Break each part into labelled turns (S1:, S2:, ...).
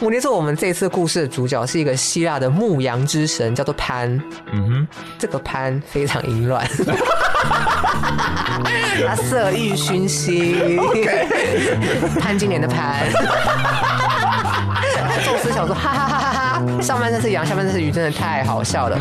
S1: 摩羯座，我们这次故事的主角是一个希腊的牧羊之神，叫做潘。
S2: 嗯
S1: 这个潘非常淫 乱，他色欲熏心。 潘金莲的潘。宙斯想说，哈哈哈哈哈！上半身是羊，下半身是鱼，真的太好笑了。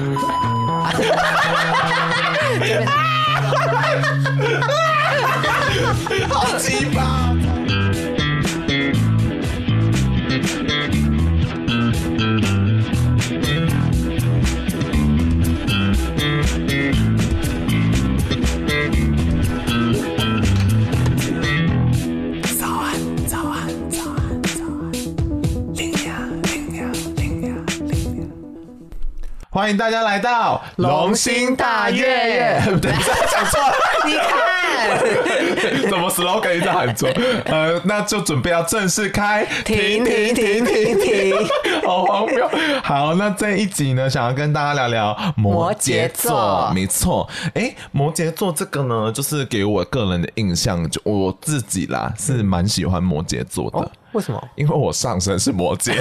S2: 哼，欢迎大家来到
S1: 龙兴大悦
S2: 悦 等一下，讲错了，
S1: 你看，
S2: 怎么 slogan 一直喊错？呃，那就准备要正式开，
S1: 停停停停 停。
S2: 好荒谬。好，那这一集呢，想要跟大家聊聊摩
S1: 摩
S2: 羯
S1: 羯
S2: 座
S1: 座，
S2: 没错。哎、摩羯座这个呢，就是给我个人的印象，就我自己啦，是蛮喜欢摩羯座的。
S1: 为什么
S2: 因为我上身是摩羯，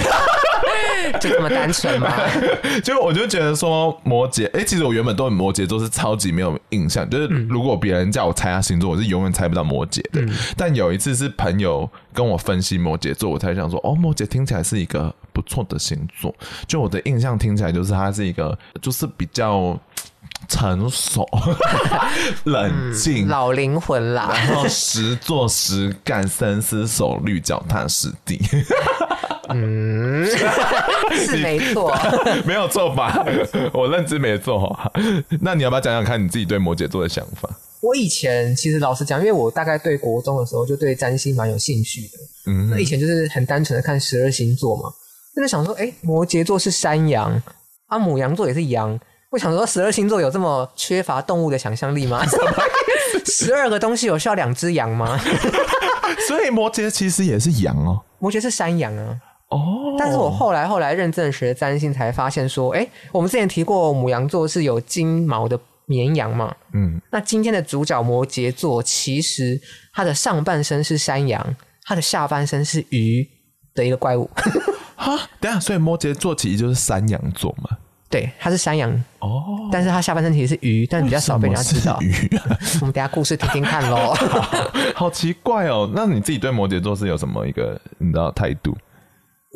S1: 就这么单纯吗？
S2: 就我就觉得说摩羯，哎、其实我原本对摩羯座是超级没有印象，就是如果别人叫我猜他星座，我是永远猜不到摩羯的。但有一次是朋友跟我分析摩羯座，我才想说，哦，摩羯听起来是一个不错的星座。就我的印象听起来就是他是一个，就是比较成熟、冷静、
S1: 嗯老灵魂啦，
S2: 然后实做实干、深思熟虑、脚踏实地，
S1: 是没错。
S2: 没有错吧？ 我认知没错哦。那你要不要讲讲看你自己对摩羯座的想法？
S1: 我以前其实老实讲，因为我大概对国中的时候就对占星蛮有兴趣的。
S2: 嗯
S1: 那以前就是很单纯的看十二星座嘛，那就想说，哎、摩羯座是山羊，啊，母羊座也是羊。我想说，十二星座有这么缺乏动物的想象力 吗？十二个东西有需要两只羊吗？
S2: 所以摩羯其实也是羊哦。
S1: 摩羯是山羊啊。
S2: 哦，
S1: 但是我后来后来认真地学占星，才发现说，哎、我们之前提过母羊座是有金毛的绵羊嘛，
S2: 嗯，
S1: 那今天的主角摩羯座，其实他的上半身是山羊，他的下半身是鱼的一个怪物。
S2: 哈，等一下，所以摩羯座其实就是山羊座嘛。
S1: 对，他是山羊，
S2: 哦，
S1: 但是他下半身其实是鱼，但比较少被人家知道
S2: 什。么是鱼、啊
S1: 我们等一下故事听听看喽。
S2: 好奇怪哦。那你自己对摩羯座是有什么一个你知道态度？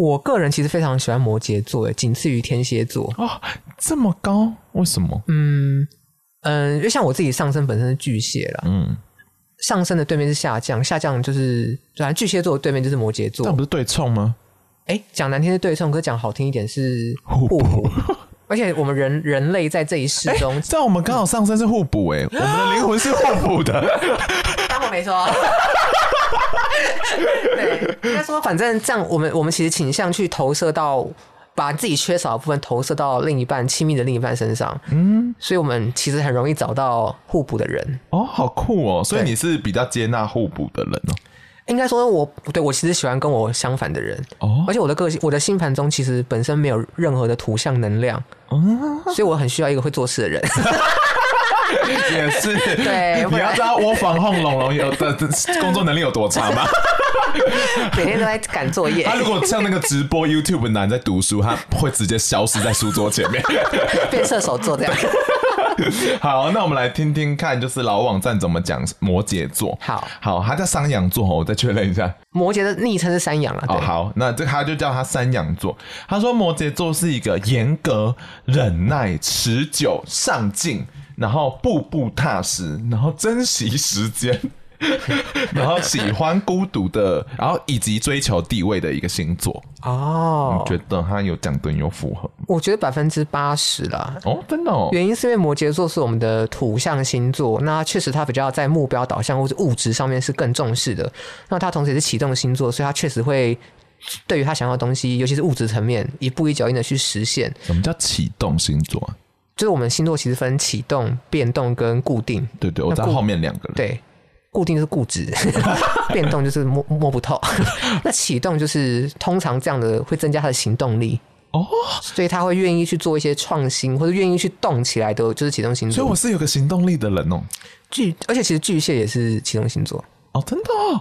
S1: 我个人其实非常喜欢摩羯座，仅次于天蝎座。
S2: 哦，这么高，为什么？
S1: 嗯嗯，就像我自己上升本身是巨蟹啦，
S2: 嗯，
S1: 上升的对面是下降，下降就是反正巨蟹座的对面就是摩羯座
S2: 但。不是对冲吗？
S1: 哎，讲难听是对冲，可是讲好听一点是
S2: 互补
S1: 互补。 而且我们人人类在这一世中，
S2: 在我们刚好上身是互补哎、我们的灵魂是互补的。
S1: 当我没 说。对，应该说，反正这样，我们我们其实倾向去投射到把自己缺少的部分投射到另一半亲密的另一半身上，嗯，所以我们其实很容易找到互补的人。
S2: 哦，好酷哦！所以
S1: 对
S2: 你是比较接纳互补的人哦。
S1: 应该说我，对我其实喜欢跟我相反的人，
S2: 哦
S1: 而且我的个性，我的星盘中其实本身没有任何的图像能量，
S2: 哦
S1: 所以我很需要一个会做事 的人。
S2: 也是，
S1: 对不
S2: 你要
S1: 然
S2: 知道我防控龙龙有的的工作能力有多差 吗？
S1: 每天都在赶作业
S2: 他，如果像那个直播 YouTube 男在读书，他会直接消失在书桌前 面。
S1: 变射手座这样。
S2: 好，那我们来听听看，就是老网站怎么讲摩羯座。
S1: 好
S2: 好，他叫山羊座哦，我再确认一下。
S1: 摩羯的昵称是山羊啊，对，
S2: 哦，好，那这他就叫他山羊座。他说摩羯座是一个严格、忍耐、持久、上进，然后步步踏实，然后珍惜时间。 然后喜欢孤独的，然后以及追求地位的一个星座，
S1: 哦，
S2: 嗯觉得他有讲对，有符合
S1: 我觉得百分之八十啦。
S2: 哦，真的哦，
S1: 原因是因为摩羯座是我们的土象星座，那确实它比较在目标导向或者物质上面是更重视的。那它同时也是启动星座，所以它确实会对于他想要的东西，尤其是物质层面，一步一脚印的去实现。
S2: 什么叫启动星座啊？
S1: 就是我们星座其实分启动、变动跟固定，
S2: 对对，我在
S1: 那固
S2: 后面两个人，
S1: 对，固定就是固执， 变动就是摸摸不透。 那启动就是通常这样的会增加他的行动力。
S2: 哦，
S1: 所以他会愿意去做一些创新，或者愿意去动起来的，就是启动星座。
S2: 所以我是有个行动力的人哦，
S1: 巨，而且其实巨蟹也是启动星座，
S2: 哦，真的哦，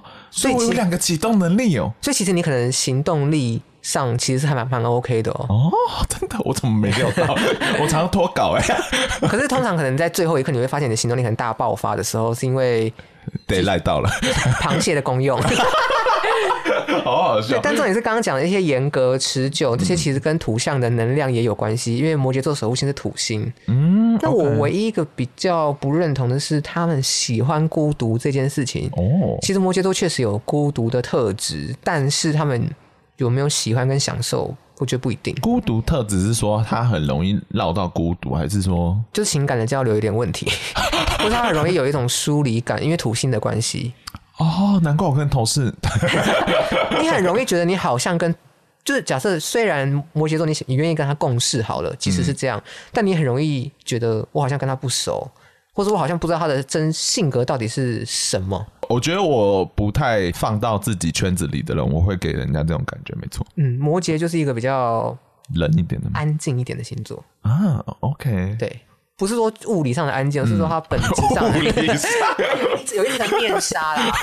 S1: 所
S2: 所
S1: 以
S2: 以我有
S1: 其实
S2: 两个启动能力哦，
S1: 所以其实你可能行动力上其实是还蛮蛮 OK 的哦。
S2: 哦，真的，我怎么没料 到？我常常脱稿哎、
S1: 可是通常可能在最后一刻，你会发现你的行动力可能大爆发的时候，是因为
S2: 得赖到了，
S1: 螃蟹的功 用。
S2: 好好笑
S1: 对，。但重点是刚刚讲的一些严格持久，
S2: 嗯
S1: 这些其实跟土象的能量也有关系，因为摩羯座守护星是土星。
S2: 嗯，
S1: 那我
S2: OK
S1: 唯一一个比较不认同的是，他们喜欢孤独这件事情。
S2: 哦，
S1: 其实摩羯座确实有孤独的特质，但是他们有没有喜欢跟享受，我觉得不一定。
S2: 孤独特质是说他很容易绕到孤独，还是说
S1: 就是情感的交流有点问 题，或者他很容易有一种疏离感，因为土星的关系，
S2: 哦，难怪我跟同事
S1: 你很容易觉得你好像跟。就是假设，虽然摩羯座你你愿意跟他共事好了，即使是这样，但你很容易觉得我好像跟他不熟，或者我好像不知道他的真性格到底是什么。
S2: 我觉得我不太放到自己圈子里的人，我会给人家这种感觉，没错，
S1: 嗯，摩羯就是一个比较
S2: 冷一点的嘛。
S1: 安静一点的星座，
S2: 啊，OK，
S1: 对，不是说物理上的安静，而是说他本质上的、
S2: 嗯物理上，
S1: 有 一层面纱啦。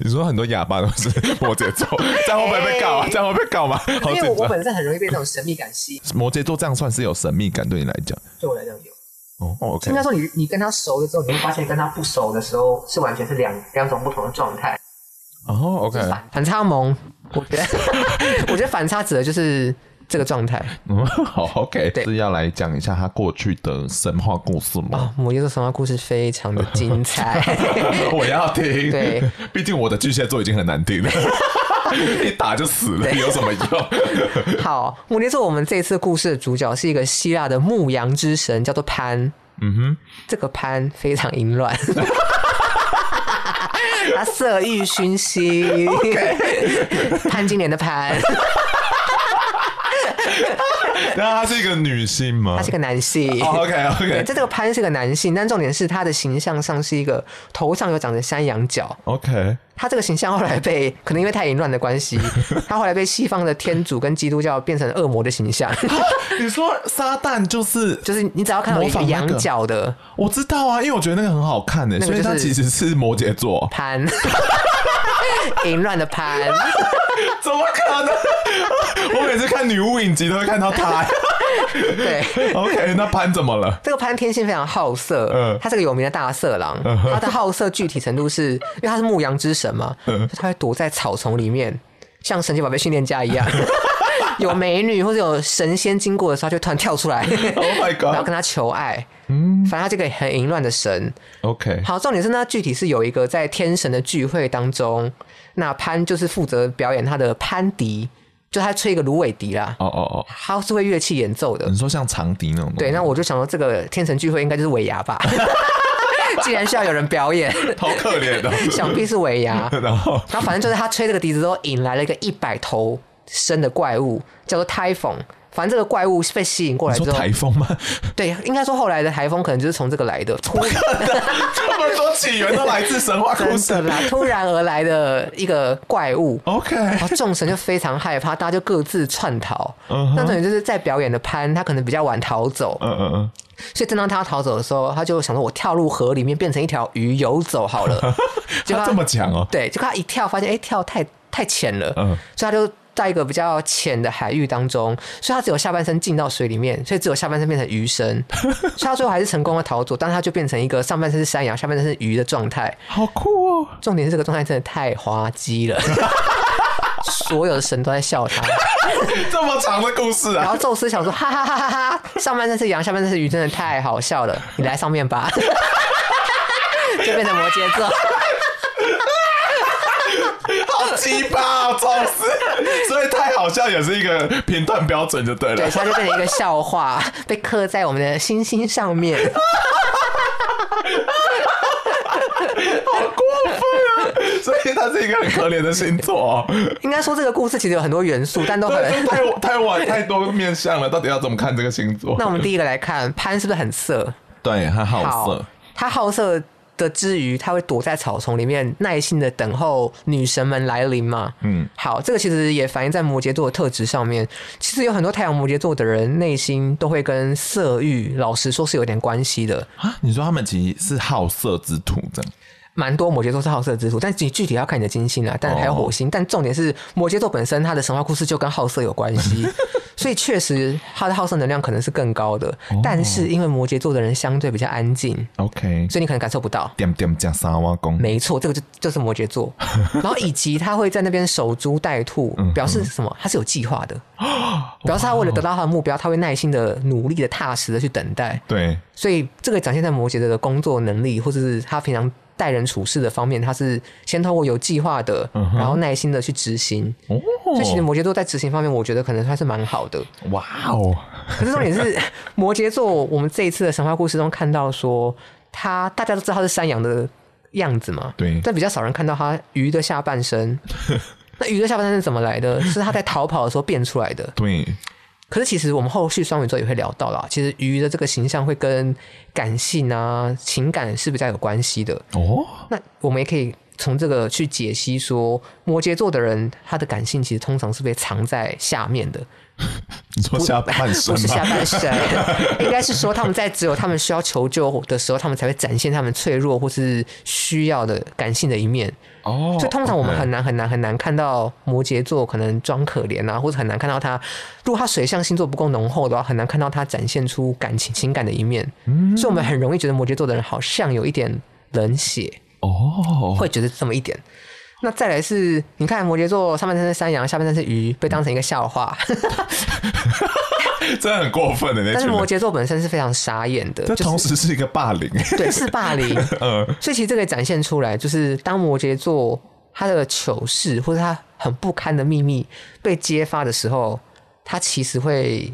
S2: 你说很多哑巴都是摩羯座，这样会不会被告啊？
S1: 哎
S2: 这样会被告吗？ 好
S1: 因为
S2: 紧
S1: 我我
S2: 张。
S1: 本身很容易被这种神秘感吸引，
S2: 摩羯座这样算是有神秘感，对你来讲，
S1: 对我来讲有。
S2: 哦，OK，
S1: 应该说你你跟他熟了之后，你会发现跟他不熟的时候是完全是两两种不同的状态。
S2: 哦，OK，
S1: 反反差萌，我觉得 我觉得反差指的就是这个状态
S2: 嗯， 好，OK，
S1: 对
S2: 是要来讲一下他过去的神话故事吗？
S1: 啊。摩羯座神话故事非常的精彩，
S2: 我要听。
S1: 哦对，
S2: 毕竟我的巨蟹座已经很难听了， 一打就死了，有什么 用？
S1: 好，摩羯座我们这次故事的主角是一个希腊的牧羊之神，叫做潘。
S2: 嗯哼，
S1: 这个潘非常淫乱。 他色欲熏心，潘金莲的潘，
S2: 然后她是一个女性吗？
S1: 他是个男性。
S2: 哦，OK
S1: 对，
S2: OK
S1: 这这个潘是个男性，但重点是他的形象上是一个头上有长着山羊角。
S2: OK，
S1: 他这个形象后来被 可能因为太淫乱的关系，他后来被西方的天主跟基督教变成恶魔的形 象，
S2: 你说撒旦就是
S1: 就是你只要看到有一个
S2: 模仿那个
S1: 羊角的
S2: 我知道啊，因为我觉得那个很好看诶、
S1: 那个
S2: 所以他
S1: 就是
S2: 其实是摩羯座，
S1: 潘，淫乱的潘，
S2: 怎么可能？ 我每次看女巫影集都会看到 他。
S1: 对。
S2: OK，那潘怎么了？
S1: 这个潘天性非常好色，
S2: 嗯
S1: 他是个有名的大色狼。
S2: 嗯
S1: 他的好色具体程度是，因为他是牧羊之神嘛，
S2: 嗯
S1: 他会躲在草丛里面，像神奇宝贝训练家 一样，有美女或者有神仙经过的时候，他就突然跳出 来，
S2: Oh my
S1: 然后
S2: god！
S1: 跟他求爱。
S2: 嗯
S1: 反正他这个很淫乱的神。
S2: ，OK，
S1: 好，重点是呢，具体是有一个在天神的聚会当中，那潘就是负责表演他的潘笛，就他吹一个芦苇笛啦，
S2: 哦哦
S1: 他是会乐器演奏的
S2: 哦，。你说像长笛那种东西，
S1: 对，那我就想说，这个天神聚会应该就是尾牙吧？既然需要有人表 演，
S2: 好可怜的。
S1: 想必是尾牙。
S2: 然后
S1: 啊然后反正就是他吹这个笛子之后，引来了一个一百头身的怪物，叫做 Typhon。反正这个怪物被吸引过来
S2: 你说
S1: 之后，
S2: 台风吗？
S1: 对，应该说后来的台风可能就是从这个来的，突
S2: 这么多起源都来自神话故
S1: 真
S2: 事
S1: 的啦，突然而来的一个怪物。
S2: OK，嗯
S1: 然后众神就非常害怕，大家就各自窜逃。
S2: 嗯哼
S1: 那等于就是在表演的潘，他可能比较晚逃走，
S2: 嗯嗯嗯，
S1: 所以正当他逃走的时候，他就想说：“我跳入河里面变成一条鱼游走好 了。结果他
S2: 他这么强哦”，
S1: 对，就他一跳发现，哎、跳太太浅了，
S2: 嗯
S1: 所以他就在一个比较浅的海域当中，所以他只有下半身进到水里面，所以只有下半身变成鱼身，所以他最后还是成功的逃走，但是他就变成一个上半身是山羊，下半身是鱼的状态。
S2: 好酷哦，
S1: 重点是这个状态真的太滑稽了，所有的神都在笑他。
S2: 这么长的故事
S1: 然
S2: 啊，
S1: 后宙斯想说，哈哈哈哈哈，上半身是羊，下半身是鱼，真的太好笑了，你来上面吧， 就变成摩羯座。
S2: 好鸡巴哦，宙斯， 所以太好笑也是一个评断标准就对
S1: 对，
S2: 了。
S1: 所以它就变成一个笑话，被刻在我们的星星上面。
S2: 所以他是一个很可怜的星座哦，
S1: 应该说这个故事其实有很多元素，但都
S2: 对，
S1: 很
S2: 真。太太晚太多面相了，到底要怎么看这个星座
S1: 那？我们第一个来看潘是不是很色？
S2: 对，他好色，，
S1: 他好色的之余，他会躲在草丛里面，耐心的等候女神们来临嘛。
S2: 嗯，
S1: 好，这个其实也反映在摩羯座的特质上面。其实有很多太阳摩羯座的人，内心都会跟色欲，老实说是有点关系的。
S2: 啊，你说他们其实是好色之徒这样，
S1: 蛮多摩羯座是好色之徒，但你具体要看你的金
S2: 哦
S1: 星啦，但还有火星。但重点是摩羯座本身它的神话故事就跟好色有关 系，所以确实它的好色能量可能是更高的。
S2: 哦
S1: 但是因为摩羯座的人相对比较安静，
S2: OK，
S1: 所以你可能感受不到。
S2: 点点加沙瓦工，
S1: 没错，这个就就是摩羯 座，然后以及他会在那边守株待兔，
S2: 嗯
S1: 表示什么？他是有计划的，表示他为了得到他的目标，他会耐心的、努力的、踏实的去等待。
S2: 对，
S1: 所以这个展现在摩羯的工作能力，或者是他平常待人处事的方面，他是先通过有计划的，
S2: 嗯哼
S1: 然后耐心的去执行。
S2: 哦，
S1: 所以其实摩羯座在执行方面，我觉得可能算是蛮好 的。
S2: 哇哦，
S1: 可是重点是，摩羯座我们这一次的神话故事中看到说，他大家都知道他是山羊的样子嘛，
S2: 对
S1: 但比较少人看到他鱼的下半身。那鱼的下半身是怎么来的？是他在逃跑的时候变出来的。
S2: 对，
S1: 可是其实我们后续双鱼座也会聊到啦，其实鱼的这个形象会跟感性啊、情感是比较有关系的。
S2: 哦，
S1: 那我们也可以从这个去解析说，摩羯座的人他的感性其实通常是被藏在下面的，
S2: 你说下半身
S1: 不是下
S2: 吗？
S1: 半身，应该是说他们在只有他们需要求救的时候，他们才会展现他们脆弱或是需要的感性的一面。
S2: 哦，
S1: 所以通常我们
S2: OK
S1: 很难很难很难看到摩羯座可能装可怜啊，或者很难看到他，如果他水象星座不够浓厚的话，很难看到他展现出感情情感的一面。
S2: 嗯
S1: 所以我们很容易觉得摩羯座的人好像有一点冷血，
S2: 哦，
S1: 会觉得这么一点。那再来是，你看摩羯座上半身是山羊，下半身是鱼，被当成一个笑话。
S2: 真的很过分的 那
S1: 但是
S2: 群
S1: 摩
S2: 人，
S1: 羯座本身是非常傻眼的，
S2: 这
S1: 就是
S2: 同时是一个霸凌，
S1: 对，是霸凌。
S2: 嗯，
S1: 所以其实这个展现出来，就是当摩羯座他的糗事或者他很不堪的秘密被揭发的时候，他其实会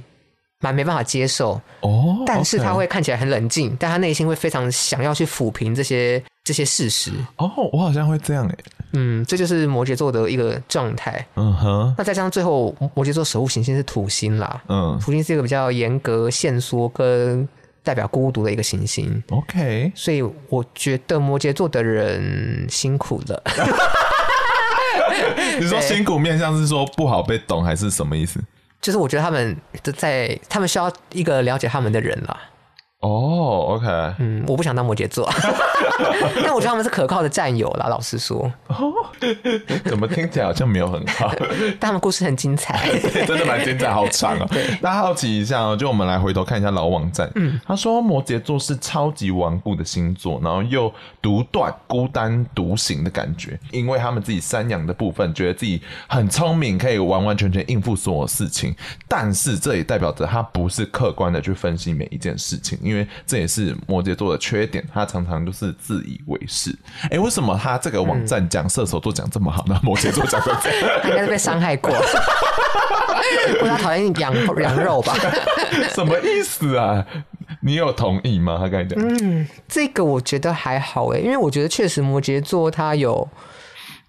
S1: 蛮没办法接受，
S2: 哦，
S1: 但是他
S2: OK
S1: 会看起来很冷静，但他内心会非常想要去抚平这些这些事实。
S2: 哦，我好像会这样哎，
S1: 嗯，这就是摩羯座的一个状态。
S2: 嗯哼，
S1: 那再加上最后摩羯座守护行星是土星啦，
S2: 嗯
S1: 土星是一个比较严格、限缩跟代表孤独的一个行星。
S2: ，OK，
S1: 所以我觉得摩羯座的人辛苦了。
S2: 你说
S1: 对
S2: 辛苦面向是说不好被懂还是什么意思？
S1: 就是我觉得他们的在他们需要一个了解他们的人啦。
S2: 哦，OK，
S1: 嗯，我不想当摩羯座，但我觉得他们是可靠的战友啦。老实说，
S2: 怎么听起来好像没有很好？
S1: 但他们故事很精彩。
S2: 真的蛮精彩，好长哦。大家好奇一下哦，就我们来回头看一下老网站。嗯，他说摩羯座是超级顽固的星座，然后又独断、孤单、独行的感觉，因为他们自己山羊的部分，觉得自己很聪明，可以完完全全应付所有事情。但是这也代表着他不是客观的去分析每一件事情，因为这也是摩羯座的缺点，他常常就是自以为是。哎、为什么他这个网站讲射手座讲这么好呢？摩羯座讲的这样？
S1: 他应该是被伤害过，或者他讨厌羊羊肉吧？
S2: 什么意思啊？你有同意吗？他跟你讲，
S1: 嗯这个我觉得还好欸诶、因为我觉得确实摩羯座他有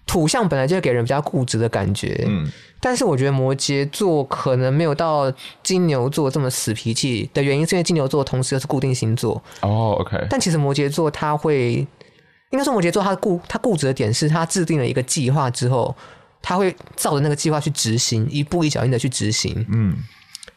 S1: 土象本来就给人比较固执的感觉，
S2: 嗯，
S1: 但是我觉得摩羯座可能没有到金牛座这么死脾气的原因，是因为金牛座同时又是固定星座，
S2: 哦，OK，
S1: 但其实摩羯座他会，应该说摩羯座他固他固执的点是他制定了一个计划之后，他会照着那个计划去执行，一步一脚印的去执行。
S2: 嗯，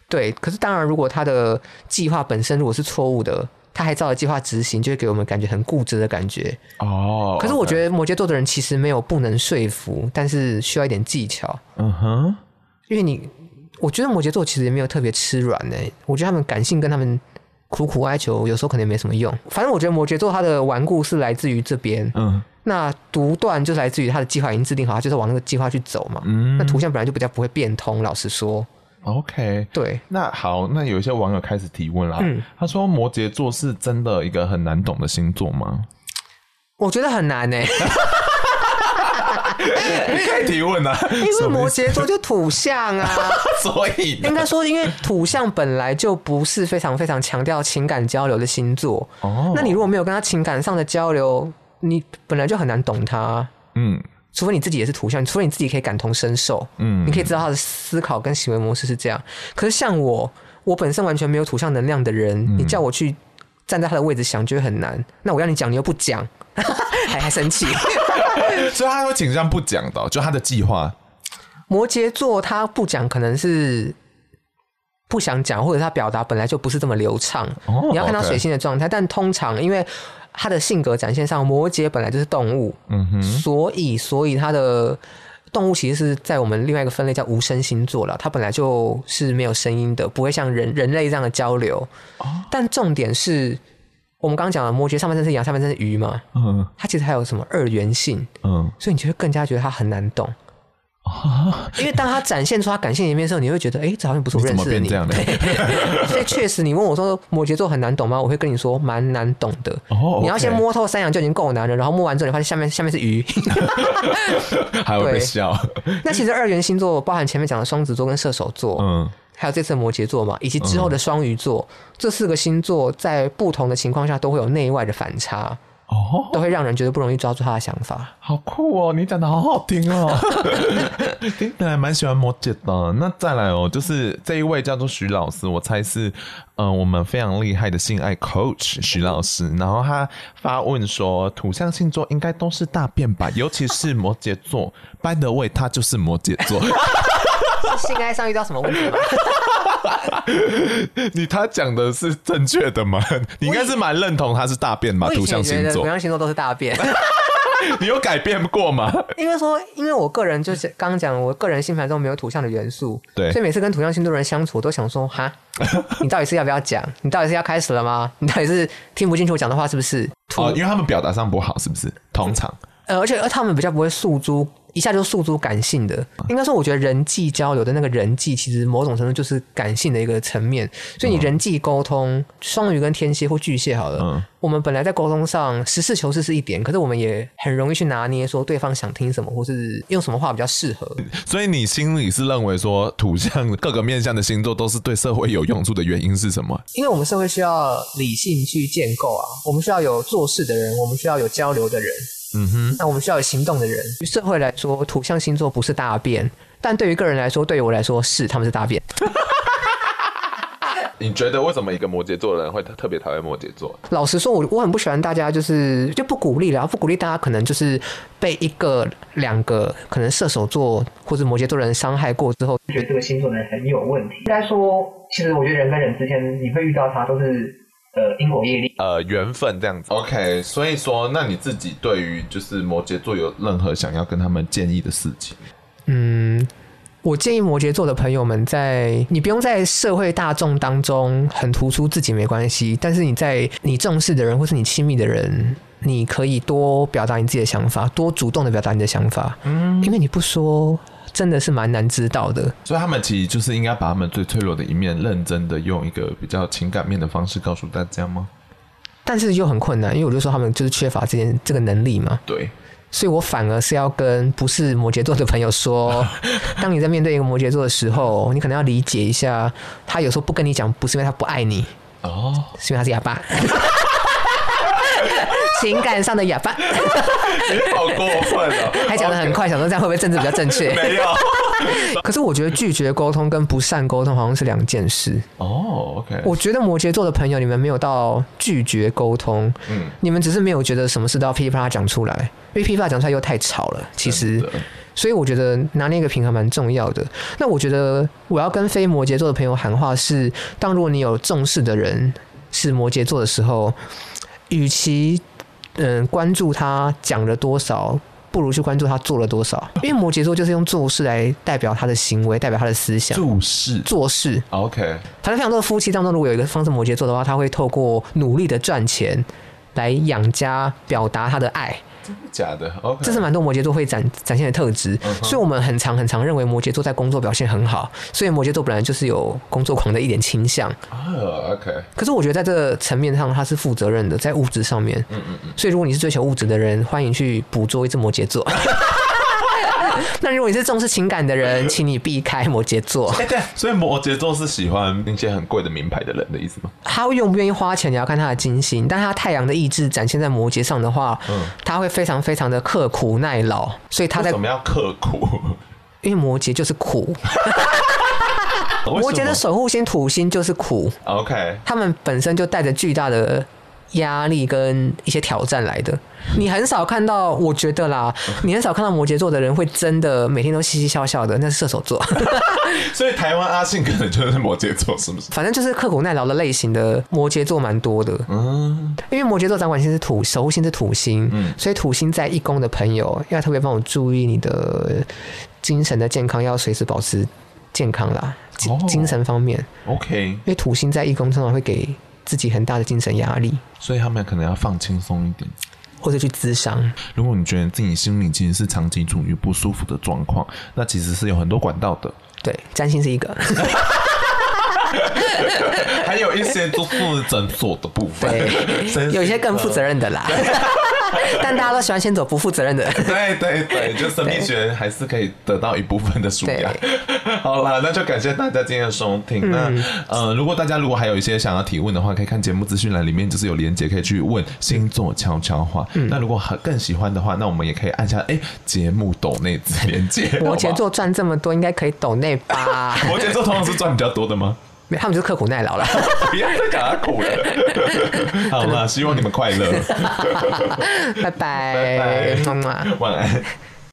S1: 对，可是当然，如果他的计划本身如果是错误的，他还照着计划执行，就会给我们感觉很固执的感觉。
S2: 哦，
S1: 可是我
S2: OK，
S1: 觉得摩羯座的人其实没有不能说服，但是需要一点技巧，
S2: 嗯哼，
S1: 因为你，我觉得摩羯座其实也没有特别吃软呢、我觉得他们感性跟他们。苦苦哀求，有时候可能也没什么用。反正我觉得摩羯座他的顽固是来自于这边，
S2: 嗯
S1: 那独断就是来自于他的计划已经制定好，他就是往那个计划去走嘛。那
S2: 嗯
S1: 图像本来就比较不会变通，老实说，
S2: ，OK。
S1: 对，
S2: 那好，那有一些网友开始提问啦。
S1: 嗯
S2: 他说摩羯座是真的一个很难懂的星座 吗？
S1: 我觉得很难欸 呢、
S2: 你可以提问啊，
S1: 因为
S2: 什么
S1: 摩
S2: 意思
S1: 羯座就土象啊，
S2: 所以呢
S1: 应该说，因为土象本来就不是非常非常强调情感交流的星座，
S2: 哦，
S1: 哎那你如果没有跟他情感上的交流，你本来就很难懂他。啊
S2: 嗯
S1: 除非你自己也是土象，除非你自己可以感同身受，
S2: 嗯，
S1: 你可以知道他的思考跟行为模式是这样。可是像我，我本身完全没有土象能量的人，
S2: 嗯
S1: 你叫我去站在他的位置想，就会很难。那我要你讲，你又不讲， 还还生气。
S2: 所以他会倾向不讲的哦，就他的计划
S1: 摩羯座他不讲，可能是不想讲，或者他表达本来就不是这么流畅。
S2: 哦
S1: 你要看到
S2: OK
S1: 水星的状态，但通常因为他的性格展现上，摩羯本来就是动物，
S2: 嗯哼，
S1: 所以所以他的动物其实是在我们另外一个分类叫无声星座了，它本来就是没有声音的，不会像人人类这样的交流。
S2: 哦
S1: 但重点是我们刚刚讲了，摩羯上半身是羊，下半身是鱼嘛，
S2: 嗯
S1: 它其实还有什么二元性，
S2: 嗯
S1: 所以你就会更加觉得它很难懂。
S2: 啊，
S1: 因为当它展现出它感性一面的时候，你会觉得，哎、这好像不是
S2: 你
S1: 我
S2: 怎
S1: 认
S2: 么
S1: 识的
S2: 变
S1: 你
S2: 这。 样的？
S1: 所以确实，你问我说摩羯座很难懂吗？我会跟你说蛮难懂的。
S2: 哦
S1: 你要先
S2: OK
S1: 摸透山羊就已经够难了，然后摸完之后，你发现下面下面是鱼。
S2: 还会被
S1: 对
S2: 笑，
S1: 那其实二元星座包含前面讲的双子座跟射手座，
S2: 嗯
S1: 还有这次的摩羯座嘛，以及之后的双鱼座，这四个星座在不同的情况下都会有内外的反差，
S2: 哦，
S1: 都会让人觉得不容易抓住他的想法。
S2: 好酷哦！你讲的好好听 哦，听起来蛮喜欢摩羯的。那再来哦，就是这一位叫做徐老师，我猜是嗯、呃我们非常厉害的性爱 coach 徐老师。然后他发问说，土象星座应该都是大便吧，尤其是摩羯座。班的位他就是摩羯 座，
S1: 是性爱上遇到什么问题 吗？
S2: 你他讲的是正确的吗？你应该是蛮认同他是大便吧？
S1: 我以
S2: 土
S1: 前
S2: 象
S1: 觉
S2: 星
S1: 得土
S2: 座，
S1: 象星座都是大 便，
S2: 你有改变过吗？
S1: 因为说，因为我个人就是刚刚讲，我个人星盘中没有土象的元素，
S2: 对
S1: 所以每次跟土象星座的人相处，我都想说， 哈，你到底是要不要讲？你到底是要开始了吗？你到底是听不进去我讲的话是不是？土
S2: 哦，因为他们表达上不好，是不是？通常
S1: 呃，而且而他们比较不会诉诸，一下就诉诸感性的。应该说，我觉得人际交流的那个人际，其实某种程度就是感性的一个层面。所以你人际沟通，双鱼跟天蝎或巨蟹好了，
S2: 嗯
S1: 我们本来在沟通上实事求是是一点，可是我们也很容易去拿捏说对方想听什么，或是用什么话比较适合。
S2: 所以你心里是认为说土象各个面向的星座都是对社会有用处的原因是什么？
S1: 因为我们社会需要理性去建构啊，我们需要有做事的人，我们需要有交流的人，
S2: 嗯哼，
S1: 那我们需要有行动的人。于社会来说，土象星座不是大便，但对于个人来说，对于我来说是他们是大便。
S2: 你觉得为什么一个摩羯座的人会特别讨厌摩羯座？
S1: 老实说，我我很不喜欢大家就是就不鼓励啦，不鼓励大家可能就是被一个两个可能射手座或者摩羯座人伤害过之后，就觉得这个星座的人很有问题。应该说，其实我觉得人跟人之间你会遇到他都是呃因果业力。
S2: 呃，缘分这样子。OK，所以说，那你自己对于就是摩羯座有任何想要跟他们建议的事情？
S1: 嗯，我建议摩羯座的朋友们在，你不用在社会大众当中很突出自己没关系，但是你在你重视的人或是你亲密的人，你可以多表达你自己的想法，多主动的表达你的想法。嗯，因为你不说，真的是蛮难知道的。
S2: 所以他们其实就是应该把他们最脆弱的一面，认真的用一个比较情感面的方式告诉大家吗？
S1: 但是又很困难，因为我就说他们就是缺乏这件这个能力嘛，
S2: 对，
S1: 所以我反而是要跟不是摩羯座的朋友说，当你在面对一个摩羯座的时候，你可能要理解一下，他有时候不跟你讲，不是因为他不爱你，
S2: 哦，
S1: 是因为他是哑巴， 情感上的哑巴，
S2: 你 好过分哦，
S1: 还讲得很快，想说这样会不会政治比较正确？
S2: 没有。
S1: 可是我觉得拒绝沟通跟不善沟通好像是两件事。
S2: 哦，OK，
S1: 我觉得摩羯座的朋友，你们没有到拒绝沟通，
S2: 嗯
S1: 你们只是没有觉得什么事都要噼里啪啦讲出来，因为噼里啪啦讲出来又太吵了。其实
S2: 真的，
S1: 所以我觉得拿捏一个平衡蛮重要的。那我觉得我要跟非摩羯座的朋友喊话是：当如果你有重视的人是摩羯座的时候，与其嗯关注他讲了多少。不如去关注他做了多少，因为摩羯座就是用做事来代表他的行为，代表他的思想。
S2: 注视
S1: 做事，
S2: ，OK，
S1: 台湾非常多的夫妻当中，如果有一个方是摩羯座的话，他会透过努力的赚钱来养家，表达他的爱，
S2: 假的，OK，
S1: 这是蛮多摩羯座会展展现的特质。
S2: 嗯哼
S1: 所以，我们很常很常认为摩羯座在工作表现很好，所以摩羯座本来就是有工作狂的一点倾向。
S2: 啊，OK，
S1: 可是，我觉得在这个层面上，他是负责任的，在物质上面。
S2: 嗯嗯嗯，
S1: 所以，如果你是追求物质的人，欢迎去捕捉一只摩羯座。 那如果你是重视情感的人，请你避开摩羯座。
S2: 哎、对，所以摩羯座是喜欢那些很贵的名牌的人的意思吗？
S1: 他愿不愿意花钱也要看他的金星，但他太阳的意志展现在摩羯上的话，
S2: 嗯
S1: 他会非常非常的刻苦耐劳，所以他
S2: 为
S1: 在
S2: 什么要刻 苦？
S1: 因为摩羯就是苦，摩羯的
S2: 为什么
S1: 守护星土星就是苦，
S2: OK，
S1: 他们本身就带着巨大的压力跟一些挑战来的。你很少看到，我觉得啦，
S2: 嗯
S1: 你很少看到摩羯座的人会真的每天都嘻嘻笑笑的，那是射手 座。
S2: 所以台湾阿信可能就是摩羯座，是不是？
S1: 反正就是刻苦耐劳的类型的摩羯座蛮多的，
S2: 嗯，
S1: 因为摩羯座掌管星是土，守护星是土星，
S2: 嗯
S1: 所以土星在一宫的朋友要特别帮我注意你的精神的健康，要随时保持健康啦，精
S2: 哦
S1: 精神方面，
S2: OK，
S1: 因为土星在一宫通常会给自己很大的精神压力，
S2: 所以他们可能要放轻松一点。
S1: 或者去咨商。
S2: 如果你觉得自己心里其实是长期处于不舒服的状况，那其实是有很多管道的，
S1: 对，占星是一个，
S2: 还有一些就是诊所的部分
S1: 对， 有一些更负责
S2: 任。
S1: 任的啦， 但大家都喜欢先走不负责任的。
S2: 对对对，就神秘学还是可以得到一部分的舒压。 好啦，那就感谢大家今天的收听。
S1: 嗯
S2: 那呃，如果大家如果还有一些想要提问的话，可以看节目资讯栏里面就是有连接可以去问星座悄悄话。
S1: 嗯
S2: 那如果很更喜欢的话，那我们也可以按下哎节目抖内子连接。
S1: 摩
S2: 好
S1: 羯
S2: 不好
S1: 座赚这么多，应该可以抖内吧？
S2: 摩羯座通常是赚比较多的吗？
S1: 没有他们就是刻苦耐劳了。
S2: 不要再讲他苦了。 好 啦，希望你们快乐，
S1: 拜拜，
S2: 拜拜
S1: 嗯么么。
S2: 晚安。